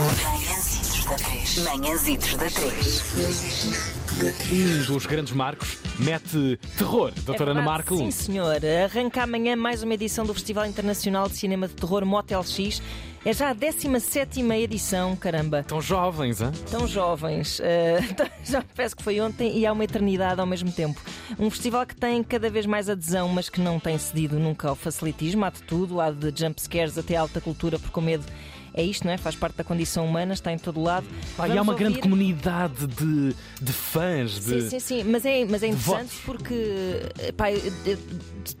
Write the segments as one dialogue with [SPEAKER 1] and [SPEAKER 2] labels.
[SPEAKER 1] Manhãzitos da 3. Manhãzitos da 3.
[SPEAKER 2] Um dos grandes marcos mete terror, doutora Ana
[SPEAKER 3] É verdade,
[SPEAKER 2] Marco.
[SPEAKER 3] Sim, senhor. Arranca amanhã mais uma edição do Festival Internacional de Cinema de Terror Motel X. É já a 17 edição, caramba.
[SPEAKER 2] Tão jovens, hã?
[SPEAKER 3] Tão jovens. eh, já parece que foi ontem e há uma eternidade ao mesmo tempo. Um festival que tem cada vez mais adesão, mas que não tem cedido nunca ao facilitismo. Há de tudo, há de jumpscares até à alta cultura, porque o medo é isto, não é? Faz parte da condição humana, está em todo lado.
[SPEAKER 2] Pá, e há
[SPEAKER 3] Vamos
[SPEAKER 2] uma grande
[SPEAKER 3] ouvir-
[SPEAKER 2] comunidade de, de fãs, de.
[SPEAKER 3] Sim, sim, sim, mas é, mas é interessante
[SPEAKER 2] votos.
[SPEAKER 3] porque pá, eu, eu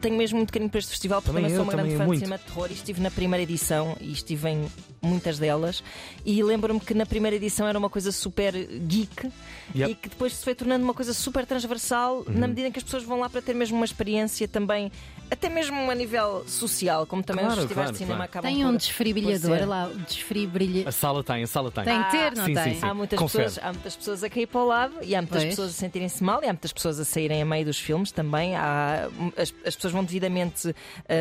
[SPEAKER 3] tenho mesmo muito carinho para este festival porque
[SPEAKER 2] Também
[SPEAKER 3] também,
[SPEAKER 2] eu,
[SPEAKER 3] sou uma
[SPEAKER 2] também
[SPEAKER 3] grande fã
[SPEAKER 2] muito.
[SPEAKER 3] de cinema de terror e estive na primeira edição e estive em muitas delas e lembro-me que na primeira edição era uma coisa super geek
[SPEAKER 2] Yep. Uhum.
[SPEAKER 3] e que depois se foi tornando uma coisa super transversal na medida em que as pessoas vão lá para ter mesmo uma experiência também, até mesmo a nível social, como também
[SPEAKER 2] Claro,
[SPEAKER 3] os festivais
[SPEAKER 2] claro,
[SPEAKER 3] de cinema
[SPEAKER 2] claro.
[SPEAKER 3] acabam
[SPEAKER 4] Tem
[SPEAKER 3] por-
[SPEAKER 4] um
[SPEAKER 3] por
[SPEAKER 4] desfibrilhador
[SPEAKER 3] ser.
[SPEAKER 4] lá, um desfibrilha...
[SPEAKER 2] A sala tem, a sala tem. Ah,
[SPEAKER 4] Tem que ter, não
[SPEAKER 2] sim,
[SPEAKER 4] tem?
[SPEAKER 2] sim, sim.
[SPEAKER 3] Há muitas,
[SPEAKER 2] Confere.
[SPEAKER 3] pessoas, há muitas pessoas a cair para o lado e há muitas
[SPEAKER 4] Pois.
[SPEAKER 3] pessoas a sentirem-se mal e há muitas pessoas a saírem a meio dos filmes também. Há, um, as, as pessoas vão devidamente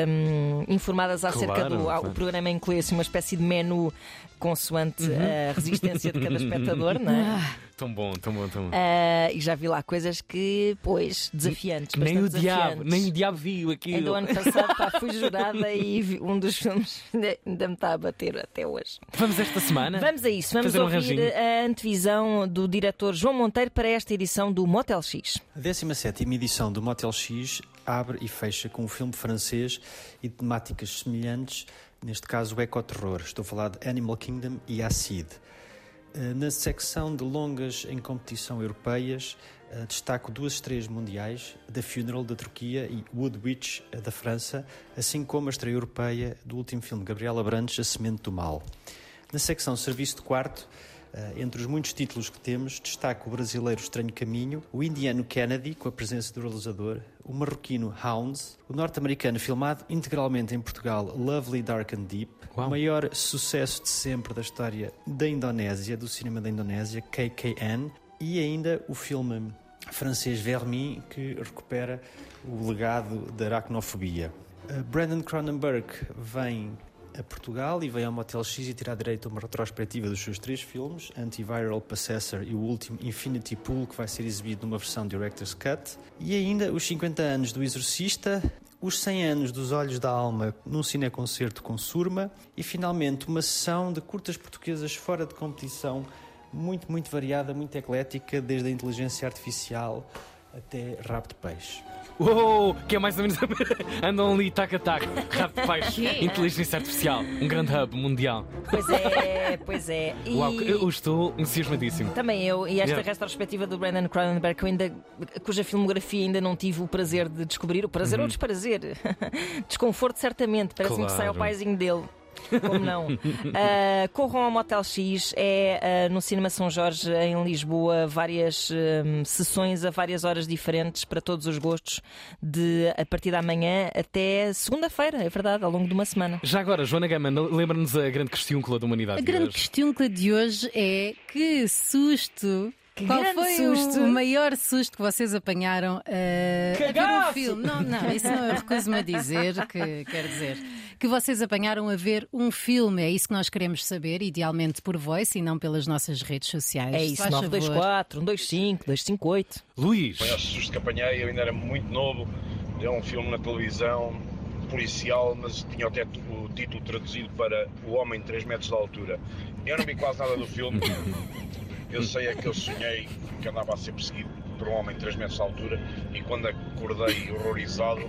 [SPEAKER 3] hum, informadas acerca
[SPEAKER 2] Claro,
[SPEAKER 3] do. há-
[SPEAKER 2] claro.
[SPEAKER 3] O programa inclui assim, uma espécie de menu consoante
[SPEAKER 2] Uhum.
[SPEAKER 3] a eh, resistência de cada espectador, não é?
[SPEAKER 2] Tão bom, tão bom, tão bom.
[SPEAKER 3] Ah, e já vi lá coisas que, pois, desafiantes.
[SPEAKER 2] nem
[SPEAKER 3] bastante
[SPEAKER 2] o diabo,
[SPEAKER 3] desafiantes.
[SPEAKER 2] nem o diabo viu aqui.
[SPEAKER 3] É do ano passado, pá, fui jurada e vi- um dos filmes ainda- ainda me está a bater até hoje.
[SPEAKER 2] Vamos esta semana?
[SPEAKER 3] Vamos a isso, vamos
[SPEAKER 2] Fazer um
[SPEAKER 3] ouvir eh,
[SPEAKER 2] ranginho.
[SPEAKER 3] a antevisão do diretor João Monteiro para esta edição do Motel X.
[SPEAKER 5] A 17 edição do Motel X abre e fecha com um filme francês e de temáticas semelhantes, neste caso o ecoterror. Estou a falar de Animal Kingdom e Acid. Eh, Na secção de longas em competição europeias, eh, destaco duas estreias mundiais, a da Funeral da Turquia e Wood Witch a da França, assim como a estreia europeia do último filme de Gabriela Brandes, A Semente do Mal. Na secção Serviço de Quarto, eh, entre os muitos títulos que temos, destaco o brasileiro Estranho Caminho, o indiano Kennedy, com a presença do realizador, o marroquino Hounds, o norte-americano filmado integralmente em Portugal, Lovely Dark and Deep,
[SPEAKER 2] Uau.
[SPEAKER 5] o maior sucesso de sempre da história da Indonésia, do cinema da Indonésia, KKN, e ainda o filme francês Vermin, que recupera o legado da aracnofobia. Uh, Brandon Cronenberg vem a Portugal e vem ao Motel X e terá direito a uma retrospectiva dos seus três filmes, Antiviral Possessor e o último Infinity Pool, que vai ser exibido numa versão Director's Cut, e ainda os 50 anos do Exorcista, os 100 anos dos Olhos da Alma num cineconcerto com Surma e finalmente uma sessão de curtas portuguesas fora de competição, muito, muito variada, muito eclética, desde a inteligência artificial até rabo de peixe.
[SPEAKER 2] Uou, que é mais ou menos. Andam ali, tac-a-tac, rato de peixe, inteligência artificial, um grande hub mundial.
[SPEAKER 3] Pois é, pois é. E
[SPEAKER 2] Uau, eu estou entusiasmadíssimo.
[SPEAKER 3] também eu, e esta
[SPEAKER 2] Yeah.
[SPEAKER 3] retrospectiva do Brandon Cronenberg, que eu ainda, cuja filmografia ainda não tive o prazer de descobrir, o prazer
[SPEAKER 2] Uhum.
[SPEAKER 3] ou desprazer, desconforto certamente, parece-me que sai ao
[SPEAKER 2] Claro.
[SPEAKER 3] paizinho dele. Como não? Ah, corram ao Motel X, é ah, no Cinema São Jorge, em Lisboa, várias hum, sessões a várias horas diferentes para todos os gostos, de a partir da manhã até segunda-feira, é verdade, ao longo de uma semana.
[SPEAKER 2] Já agora, Joana Gama, lembra-nos a grande questiúncula da humanidade.
[SPEAKER 4] A
[SPEAKER 2] de
[SPEAKER 4] grande
[SPEAKER 2] hoje.
[SPEAKER 4] questão de hoje é que susto!
[SPEAKER 3] Que
[SPEAKER 4] Qual
[SPEAKER 3] grande
[SPEAKER 4] foi
[SPEAKER 3] susto.
[SPEAKER 4] O, o maior susto que vocês apanharam uh, a ver um filme? Não, não, isso não eu recuso-me a dizer, que quer dizer que vocês apanharam a ver um filme. É isso que nós queremos saber, idealmente por voice e não pelas nossas redes sociais.
[SPEAKER 3] É
[SPEAKER 4] Se
[SPEAKER 3] isso,
[SPEAKER 4] faz favor.
[SPEAKER 3] 924, 125, 258.
[SPEAKER 2] Luís,
[SPEAKER 6] O maior susto que apanhei, eu ainda era muito novo, deu um filme na televisão policial, mas tinha até t- o título traduzido para O Homem de 3 metros de altura. Eu não vi quase nada do filme, eu sei é que eu sonhei que andava a ser perseguido por um homem de 3 metros de altura e quando acordei horrorizado,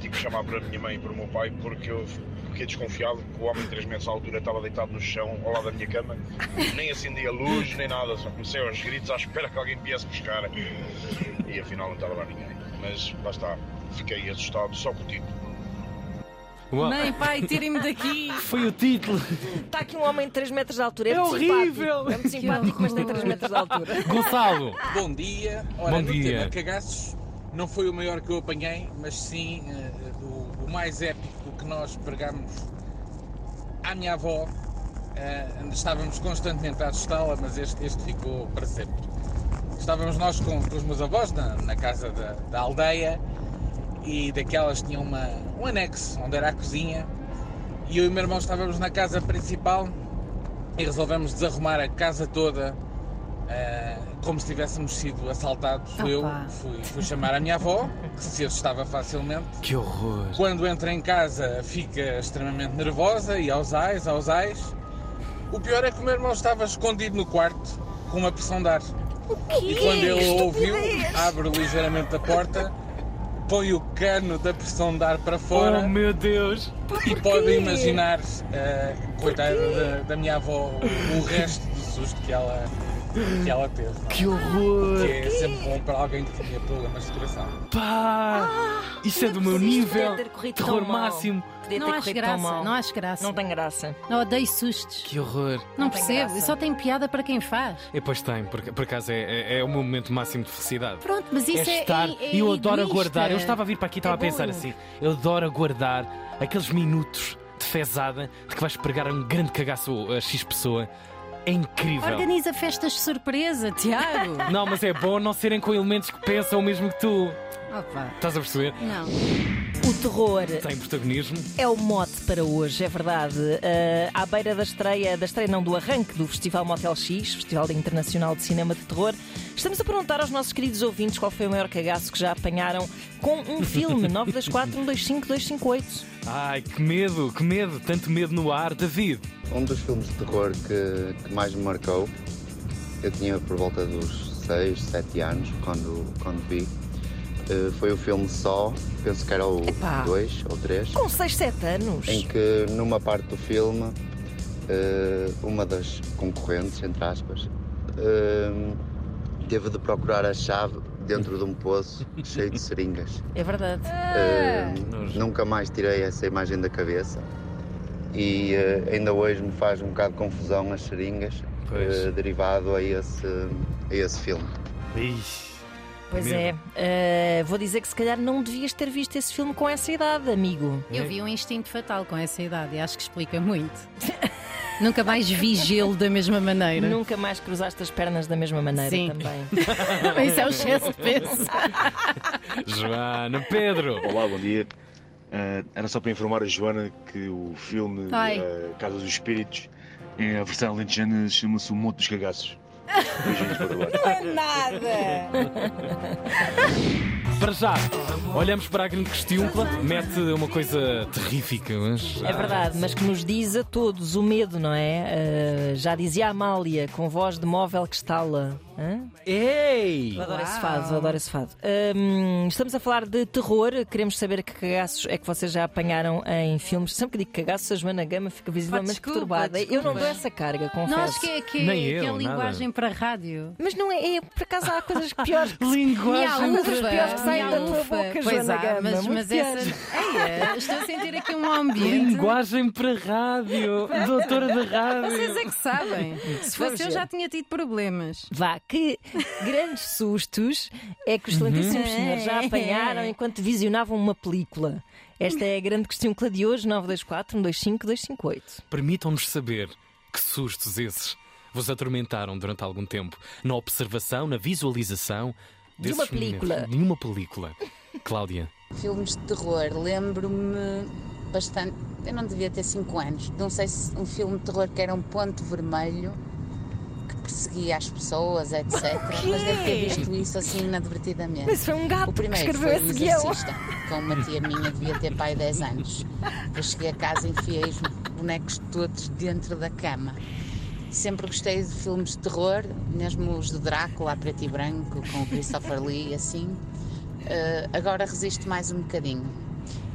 [SPEAKER 6] tive que chamar para a minha mãe e para o meu pai porque eu fiquei desconfiado que o homem de 3 metros de altura estava deitado no chão ao lado da minha cama, nem acendi a luz nem nada, só comecei aos gritos à espera que alguém me viesse buscar e afinal não estava lá ninguém. Mas lá está, fiquei assustado só com o título.
[SPEAKER 2] Uau,
[SPEAKER 4] Mãe, pai, tirem-me daqui!
[SPEAKER 2] foi o título.
[SPEAKER 3] Está aqui um homem de 3 metros de altura. É,
[SPEAKER 2] É
[SPEAKER 3] muito
[SPEAKER 2] horrível.
[SPEAKER 3] simpático. É muito simpático, mas tem 3 metros de altura.
[SPEAKER 2] Gonçalo,
[SPEAKER 7] Bom dia. Ora,
[SPEAKER 2] Bom
[SPEAKER 7] no
[SPEAKER 2] dia.
[SPEAKER 7] tema cagaços, não foi o maior que eu apanhei, mas sim eh, o, o mais épico que nós pregámos à minha avó. Eh, estávamos constantemente a assustá-la, mas este, este ficou para sempre. Estávamos nós com, com os meus avós na, na casa da, da aldeia e daquelas tinha uma, um anexo onde era a cozinha e eu e o meu irmão estávamos na casa principal e resolvemos desarrumar a casa toda ah, como se tivéssemos sido assaltados. Fui
[SPEAKER 4] Opa.
[SPEAKER 7] eu, fui, fui chamar a minha avó, que se assustava facilmente.
[SPEAKER 2] Que horror.
[SPEAKER 7] Quando entra em casa fica extremamente nervosa e aos ais, aos ais. O pior é que o meu irmão estava escondido no quarto com uma pressão de ar. E quando ele a ouviu, abre ligeiramente a porta, põe o cano da pressão de ar para fora
[SPEAKER 2] Oh meu Deus!
[SPEAKER 7] e pode imaginar, eh, coitada da, da minha avó, o resto do susto que ela, que ela teve. não é?
[SPEAKER 2] Que horror!
[SPEAKER 7] Que é sempre bom para alguém que tinha problemas de coração.
[SPEAKER 2] Pá!
[SPEAKER 4] Ah,
[SPEAKER 2] Isso é do meu nível! Terror máximo!
[SPEAKER 3] Podia
[SPEAKER 4] Não
[SPEAKER 3] ter
[SPEAKER 4] acho
[SPEAKER 3] corrido tão
[SPEAKER 4] graça,
[SPEAKER 3] mal.
[SPEAKER 4] não acho graça.
[SPEAKER 3] Não tem graça.
[SPEAKER 4] Eu odeio sustos.
[SPEAKER 2] Que horror!
[SPEAKER 4] Não,
[SPEAKER 3] não tem
[SPEAKER 4] percebo.
[SPEAKER 3] graça.
[SPEAKER 4] Só tem piada para quem faz.
[SPEAKER 2] E depois É, tem, por, por acaso é, é, é o meu momento máximo de felicidade.
[SPEAKER 4] Pronto, mas isso
[SPEAKER 2] é
[SPEAKER 4] é.
[SPEAKER 2] estar.
[SPEAKER 4] é- é
[SPEAKER 2] e eu adoro
[SPEAKER 4] egoísta.
[SPEAKER 2] aguardar. Eu estava a vir para aqui e estava
[SPEAKER 4] É
[SPEAKER 2] a pensar
[SPEAKER 4] bom.
[SPEAKER 2] assim: eu adoro aguardar aqueles minutos de fezada de que vais pregar um grande cagaço a X pessoa. É incrível.
[SPEAKER 4] Organiza festas de surpresa, Tiago.
[SPEAKER 2] Não, mas é bom não serem com elementos que pensam o mesmo que tu.
[SPEAKER 4] Opa.
[SPEAKER 2] Estás a perceber?
[SPEAKER 4] Não.
[SPEAKER 3] O terror
[SPEAKER 2] Tem protagonismo.
[SPEAKER 3] é o mote para hoje, é verdade. Eh, à beira da estreia, da estreia não, do arranque do Festival Motel X, Festival Internacional de Cinema de Terror, estamos a perguntar aos nossos queridos ouvintes qual foi o maior cagaço que já apanharam com um filme. 924 125 258.
[SPEAKER 2] Ai, que medo, que medo. Tanto medo no ar, David.
[SPEAKER 8] Um dos filmes de terror que, que mais me marcou, eu tinha por volta dos 6, 7 anos quando, quando vi, eh, foi o filme Só, penso que era o
[SPEAKER 3] Epá.
[SPEAKER 8] 2 ou 3,
[SPEAKER 3] Com 6, 7 anos.
[SPEAKER 8] em que numa parte do filme, eh, uma das concorrentes, entre aspas, eh, teve de procurar a chave dentro de um poço cheio de seringas.
[SPEAKER 3] É verdade.
[SPEAKER 4] Ah.
[SPEAKER 3] Ah,
[SPEAKER 8] Uh, nunca mais tirei essa imagem da cabeça e uh, ainda hoje me faz um bocado de confusão as seringas
[SPEAKER 2] Pois.
[SPEAKER 8] uh, derivado a esse, a esse filme.
[SPEAKER 3] Pois
[SPEAKER 2] Medo.
[SPEAKER 3] é. Eh, vou dizer que se calhar não devias ter visto esse filme com essa idade, amigo.
[SPEAKER 4] Eu vi um instinto fatal com essa idade e acho que explica muito. Nunca mais vi gelo da mesma maneira.
[SPEAKER 3] Nunca mais cruzaste as pernas da mesma maneira
[SPEAKER 4] Sim.
[SPEAKER 3] também.
[SPEAKER 4] Isso é o excesso de peso.
[SPEAKER 2] Joana, Pedro.
[SPEAKER 9] Olá, bom dia. Eh, era só para informar a Joana que o filme
[SPEAKER 4] Ai.
[SPEAKER 9] eh, Casa dos Espíritos, em a versão alentejana, chama-se O Monte dos Cagaços. Beijinhos para o trabalho.
[SPEAKER 3] é
[SPEAKER 2] Para já, olhamos para a grande questiúncula, mete uma coisa terrífica, mas. ah,
[SPEAKER 3] É verdade, mas que nos diz a todos o medo, não é? Eh, já dizia a Amália, com voz de móvel que estala. Hã?
[SPEAKER 2] Ei!
[SPEAKER 3] Eu adoro esse fado, eu adoro esse fado. Hum, estamos a falar de terror, queremos saber que cagaços é que vocês já apanharam em filmes. Sempre que digo cagaços, a Joana Gama fica visivelmente
[SPEAKER 4] desculpa,
[SPEAKER 3] perturbada. Eu não
[SPEAKER 4] desculpa.
[SPEAKER 3] dou essa carga, confesso.
[SPEAKER 4] Não acho que é, que é,
[SPEAKER 2] Nem
[SPEAKER 4] que é
[SPEAKER 2] eu,
[SPEAKER 4] linguagem para rádio.
[SPEAKER 3] Mas não é, é, por acaso há coisas piores que
[SPEAKER 4] Minha
[SPEAKER 3] uma das
[SPEAKER 4] ufa,
[SPEAKER 3] piores que saem
[SPEAKER 4] minha
[SPEAKER 3] da tua
[SPEAKER 4] ufa.
[SPEAKER 3] boca,
[SPEAKER 4] pois
[SPEAKER 3] Joana
[SPEAKER 4] há,
[SPEAKER 3] Gama,
[SPEAKER 4] Mas,
[SPEAKER 3] muito
[SPEAKER 4] mas essa. Eia, estou a sentir aqui um ambiente.
[SPEAKER 2] Linguagem para rádio, doutora da rádio. Hum, é.
[SPEAKER 4] Vocês é que sabem. Se fosse eu já tinha tido problemas.
[SPEAKER 3] Vá, que grandes sustos é que os excelentíssimos
[SPEAKER 2] Uhum.
[SPEAKER 3] senhores já apanharam enquanto visionavam uma película. Esta é a grande questão de hoje, 924 125 258.
[SPEAKER 2] Permitam-nos saber que sustos esses vos atormentaram durante algum tempo na observação, na visualização
[SPEAKER 3] De uma
[SPEAKER 2] desses
[SPEAKER 3] película.
[SPEAKER 2] momentos. De uma película. Cláudia.
[SPEAKER 10] Filmes de terror, lembro-me bastante. Eu não devia ter 5 anos. Não sei se um filme de terror que era um ponto vermelho que perseguia as pessoas, etc. Mas devo ter visto isso assim inadvertidamente.
[SPEAKER 3] Mas foi um gato
[SPEAKER 10] O
[SPEAKER 3] que
[SPEAKER 10] primeiro foi
[SPEAKER 3] escreveu
[SPEAKER 10] o
[SPEAKER 3] esse guião.
[SPEAKER 10] Exorcista, com uma tia minha, devia ter pai 10 anos. Eu cheguei a casa e enfiei os bonecos todos dentro da cama. Sempre gostei de filmes de terror, mesmo os de Drácula, a preto e branco, com o Christopher Lee e assim. Eh, agora resisto mais um bocadinho.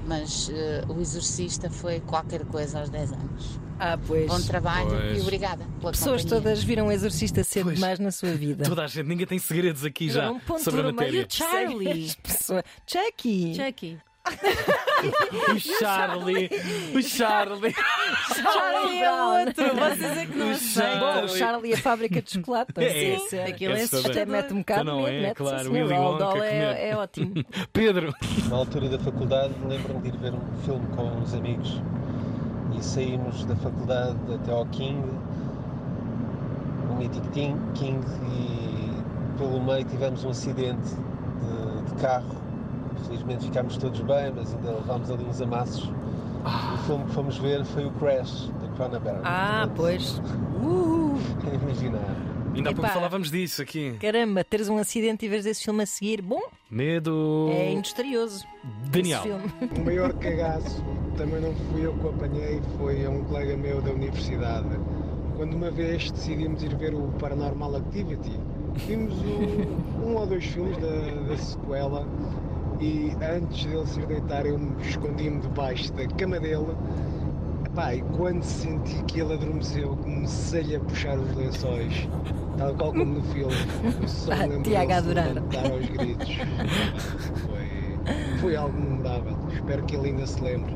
[SPEAKER 10] Mas eh, o Exorcista foi qualquer coisa aos 10 anos.
[SPEAKER 3] Ah, pois.
[SPEAKER 10] Bom trabalho
[SPEAKER 2] Pois.
[SPEAKER 10] e obrigada pela
[SPEAKER 3] Pessoas
[SPEAKER 10] companhia.
[SPEAKER 3] todas viram o exorcista cedo demais na sua vida.
[SPEAKER 2] Toda a gente, ninguém tem segredos aqui já
[SPEAKER 3] Agora, um ponto
[SPEAKER 2] sobre a
[SPEAKER 3] vermelho,
[SPEAKER 2] matéria.
[SPEAKER 3] Charlie. As pessoas- Chucky.
[SPEAKER 4] Chucky.
[SPEAKER 2] O Charlie, o Charlie,
[SPEAKER 3] Charlie é outro. Vocês é que
[SPEAKER 2] o
[SPEAKER 3] Bom, o
[SPEAKER 2] Charlie.
[SPEAKER 3] Charlie e a fábrica de chocolate.
[SPEAKER 2] É,
[SPEAKER 3] Sim, aquilo
[SPEAKER 2] esse
[SPEAKER 3] é
[SPEAKER 2] também.
[SPEAKER 3] assustante. Mete um bocado.
[SPEAKER 2] Então não
[SPEAKER 3] medo,
[SPEAKER 2] é,
[SPEAKER 3] mete, sim,
[SPEAKER 2] claro,
[SPEAKER 3] senhor.
[SPEAKER 2] Willy
[SPEAKER 3] O
[SPEAKER 2] Wonka,
[SPEAKER 3] Aldol
[SPEAKER 2] que medo.
[SPEAKER 3] é, é ótimo.
[SPEAKER 2] Pedro.
[SPEAKER 11] Na altura da faculdade, lembro-me de ir ver um filme com uns amigos e saímos da faculdade até ao King, o mítico Tin- King, e pelo meio tivemos um acidente de, de carro. Felizmente ficámos todos bem, mas ainda levámos ali uns amassos. O filme que fomos ver foi o Crash, da Cronenberg. é
[SPEAKER 3] Ah, pois.
[SPEAKER 11] Imaginar.
[SPEAKER 2] Ainda há pouco
[SPEAKER 3] Epá.
[SPEAKER 2] falávamos disso aqui.
[SPEAKER 3] Caramba, teres um acidente e veres esse filme a seguir, bom,
[SPEAKER 2] Medo.
[SPEAKER 3] é industrioso.
[SPEAKER 2] Daniel.
[SPEAKER 3] Esse filme.
[SPEAKER 12] O maior cagaço também não fui eu que o apanhei, foi a um colega meu da universidade. Quando uma vez decidimos ir ver o Paranormal Activity, vimos o- um ou dois filmes da, da sequela e antes dele se ir deitar eu me escondi-me debaixo da cama dele. Pá, e quando senti que ele adormeceu, comecei-lhe a puxar os lençóis, tal qual como no filme. O som
[SPEAKER 3] Pá,
[SPEAKER 12] lembrou-se de
[SPEAKER 3] Ah, Tiago a adorar.
[SPEAKER 12] levantar aos gritos. Foi, foi algo memorável. Espero que ele ainda se lembre.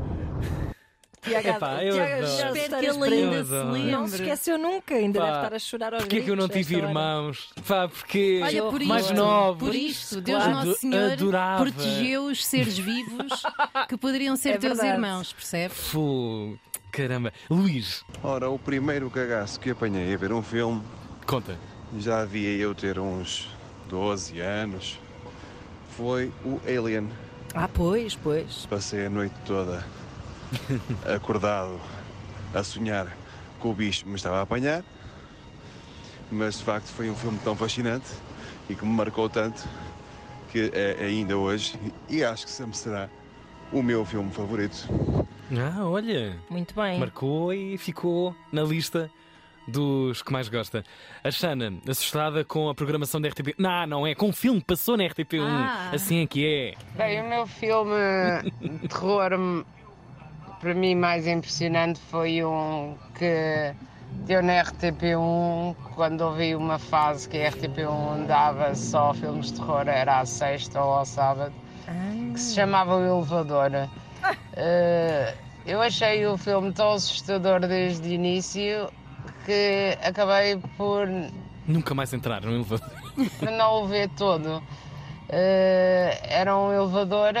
[SPEAKER 3] Tiago,
[SPEAKER 2] Epá, eu
[SPEAKER 3] Tiago,
[SPEAKER 2] adoro.
[SPEAKER 3] já
[SPEAKER 2] Espero
[SPEAKER 3] está
[SPEAKER 2] que
[SPEAKER 3] a
[SPEAKER 2] ele ainda
[SPEAKER 3] esperar.
[SPEAKER 2] se lembre.
[SPEAKER 3] Não se esqueceu nunca, ainda
[SPEAKER 2] Pá,
[SPEAKER 3] deve estar a chorar aos
[SPEAKER 2] Porquê que eu não
[SPEAKER 3] gritos
[SPEAKER 2] tive
[SPEAKER 3] esta hora.
[SPEAKER 2] irmãos? Pá, porque
[SPEAKER 4] Olha, por isto,
[SPEAKER 2] mais novos.
[SPEAKER 4] por isto, Deus
[SPEAKER 2] Ado-
[SPEAKER 4] Nosso Senhor
[SPEAKER 2] adorava.
[SPEAKER 4] protegeu os seres vivos que poderiam ser
[SPEAKER 3] É
[SPEAKER 4] teus
[SPEAKER 3] verdade.
[SPEAKER 4] irmãos, percebes?
[SPEAKER 2] Fu, caramba. Luís,
[SPEAKER 13] Ora, o primeiro cagaço que apanhei a ver um filme,
[SPEAKER 2] conta.
[SPEAKER 13] já havia eu ter uns 12 anos, foi o Alien.
[SPEAKER 3] Ah, pois, pois.
[SPEAKER 13] Passei a noite toda acordado a sonhar com o bicho que me estava a apanhar, mas de facto foi um filme tão fascinante e que me marcou tanto que é ainda hoje, e acho que sempre será, o meu filme favorito.
[SPEAKER 2] Ah, olha.
[SPEAKER 3] Muito bem.
[SPEAKER 2] Marcou e ficou na lista dos que mais gosta. A Xana, assustada com a programação da RTP. Não, não é. Com um filme que passou na RTP1.
[SPEAKER 14] Ah.
[SPEAKER 2] Assim é que é.
[SPEAKER 14] Bem, o meu filme de terror hum, para mim mais impressionante foi um que deu na RTP1 quando ouvi uma fase que a RTP1 dava um só filmes de terror, era à sexta ou ao sábado, que se chamava O Elevador. Eh, eu achei o filme tão assustador desde o início que acabei por
[SPEAKER 2] Nunca mais entrar no elevador.
[SPEAKER 14] para não o ver todo. Eh, era um elevador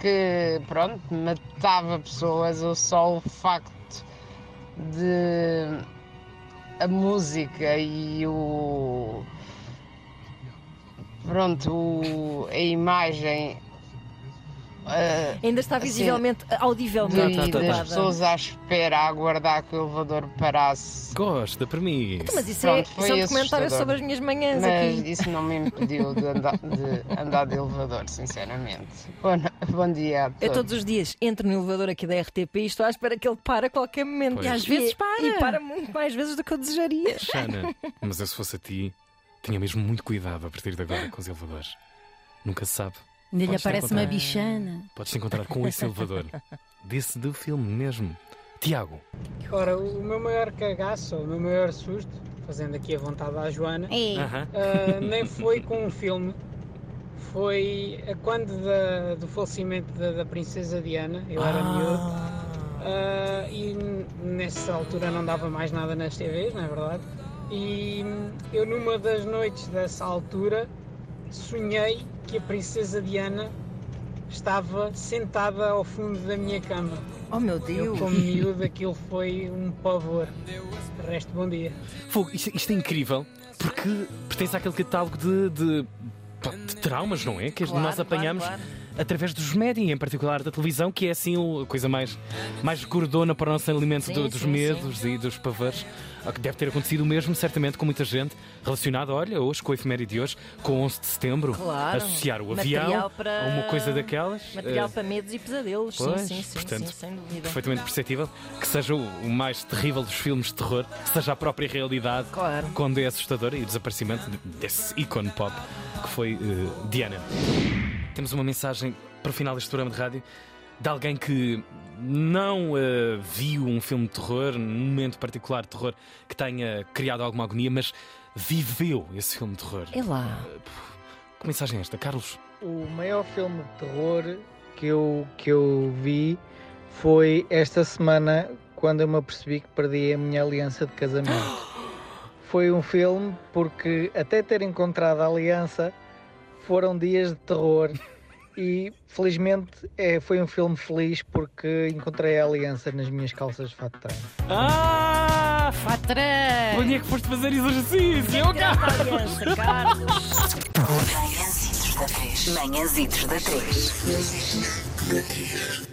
[SPEAKER 14] que, pronto, matava pessoas. ou Só o facto de a música e o. Pronto, o- a imagem. eh,
[SPEAKER 3] Ainda está
[SPEAKER 14] assim,
[SPEAKER 3] visivelmente, audivelmente
[SPEAKER 14] de- das
[SPEAKER 3] perturbada.
[SPEAKER 14] pessoas à espera, a aguardar que o elevador parasse.
[SPEAKER 2] Gosta, para mim.
[SPEAKER 3] Então, Mas isso é,
[SPEAKER 14] Pronto,
[SPEAKER 3] isso é
[SPEAKER 14] foi
[SPEAKER 3] um documentário
[SPEAKER 14] assustador.
[SPEAKER 3] sobre as minhas manhãs
[SPEAKER 14] Mas
[SPEAKER 3] aqui.
[SPEAKER 14] isso não me impediu de andar de, andar de elevador, sinceramente. Bom, bom dia a todos.
[SPEAKER 3] Eu É todos os dias entro no elevador aqui da RTP e estou à espera que ele para a qualquer momento.
[SPEAKER 2] Pois. E às
[SPEAKER 3] vezes para. E para muito mais vezes do que eu desejaria.
[SPEAKER 4] é-
[SPEAKER 2] Xana, mas eu se fosse a ti, tinha mesmo muito cuidado a partir de agora com os elevadores. Nunca se sabe.
[SPEAKER 4] Ainda lhe
[SPEAKER 2] Podes-te
[SPEAKER 4] aparece uma
[SPEAKER 2] encontrar-
[SPEAKER 4] bichana.
[SPEAKER 2] Podes-te encontrar com esse elevador. Desse do filme mesmo. Tiago,
[SPEAKER 15] Ora, o o meu maior cagaço, o meu maior susto, fazendo aqui a vontade à Joana,
[SPEAKER 4] É.
[SPEAKER 2] Ei. Aham.
[SPEAKER 15] ah, nem foi com um filme, foi a quando da- do falecimento da, da princesa Diana, eu era miúdo, ah, e n- nessa altura não dava mais nada nas TVs, não é verdade? E hum, eu numa das noites dessa altura sonhei que a princesa Diana estava sentada ao fundo da minha cama.
[SPEAKER 3] Oh meu
[SPEAKER 15] Eu,
[SPEAKER 3] Deus.
[SPEAKER 15] como miúdo, aquilo foi um pavor. De resto, bom dia.
[SPEAKER 2] Fogo, isto, isto é incrível porque pertence àquele catálogo de, de, pá, de traumas, não é? Que
[SPEAKER 16] Claro,
[SPEAKER 2] nós apanhamos
[SPEAKER 16] claro,
[SPEAKER 2] através dos média, em particular da televisão, que é assim o- a coisa mais, mais gordona para o nosso alimento
[SPEAKER 16] Sim,
[SPEAKER 2] do- dos
[SPEAKER 16] sim,
[SPEAKER 2] medos e dos pavores. Ah, que Deve ter acontecido o mesmo, certamente, com muita gente relacionada, olha, hoje com a efeméride de hoje, com o 11 de setembro,
[SPEAKER 3] Claro.
[SPEAKER 2] associar o
[SPEAKER 3] Material
[SPEAKER 2] avião
[SPEAKER 3] para-
[SPEAKER 2] a uma coisa daquelas.
[SPEAKER 3] Material
[SPEAKER 2] Eh,
[SPEAKER 3] para medos e pesadelos.
[SPEAKER 2] Pois,
[SPEAKER 3] sim, sim, sim,
[SPEAKER 2] portanto,
[SPEAKER 3] sim, sem dúvida.
[SPEAKER 2] perfeitamente perceptível que seja o o mais terrível dos filmes de terror, que seja a própria realidade, quando é assustador e o desaparecimento de- desse ícone pop que foi eh, Diana. Temos uma mensagem para o final deste programa de rádio de alguém que não eh, viu um filme de terror, num momento particular de terror que tenha criado alguma agonia, mas viveu esse filme de terror.
[SPEAKER 3] É lá.
[SPEAKER 2] Eh, que mensagem é esta, Carlos?
[SPEAKER 15] O maior filme de terror que eu, que eu vi foi esta semana, quando eu me apercebi que perdi a minha aliança de casamento. Foi um filme porque, até ter encontrado a aliança, foram dias de terror. E felizmente é, foi um filme feliz porque encontrei a aliança nas minhas calças de fato de treino.
[SPEAKER 2] Ah!
[SPEAKER 4] Fatra!
[SPEAKER 2] Onde é que foste fazer exercício? Eu, Carlos!
[SPEAKER 1] Manhãzitos da 3. Manhãzitos da 3.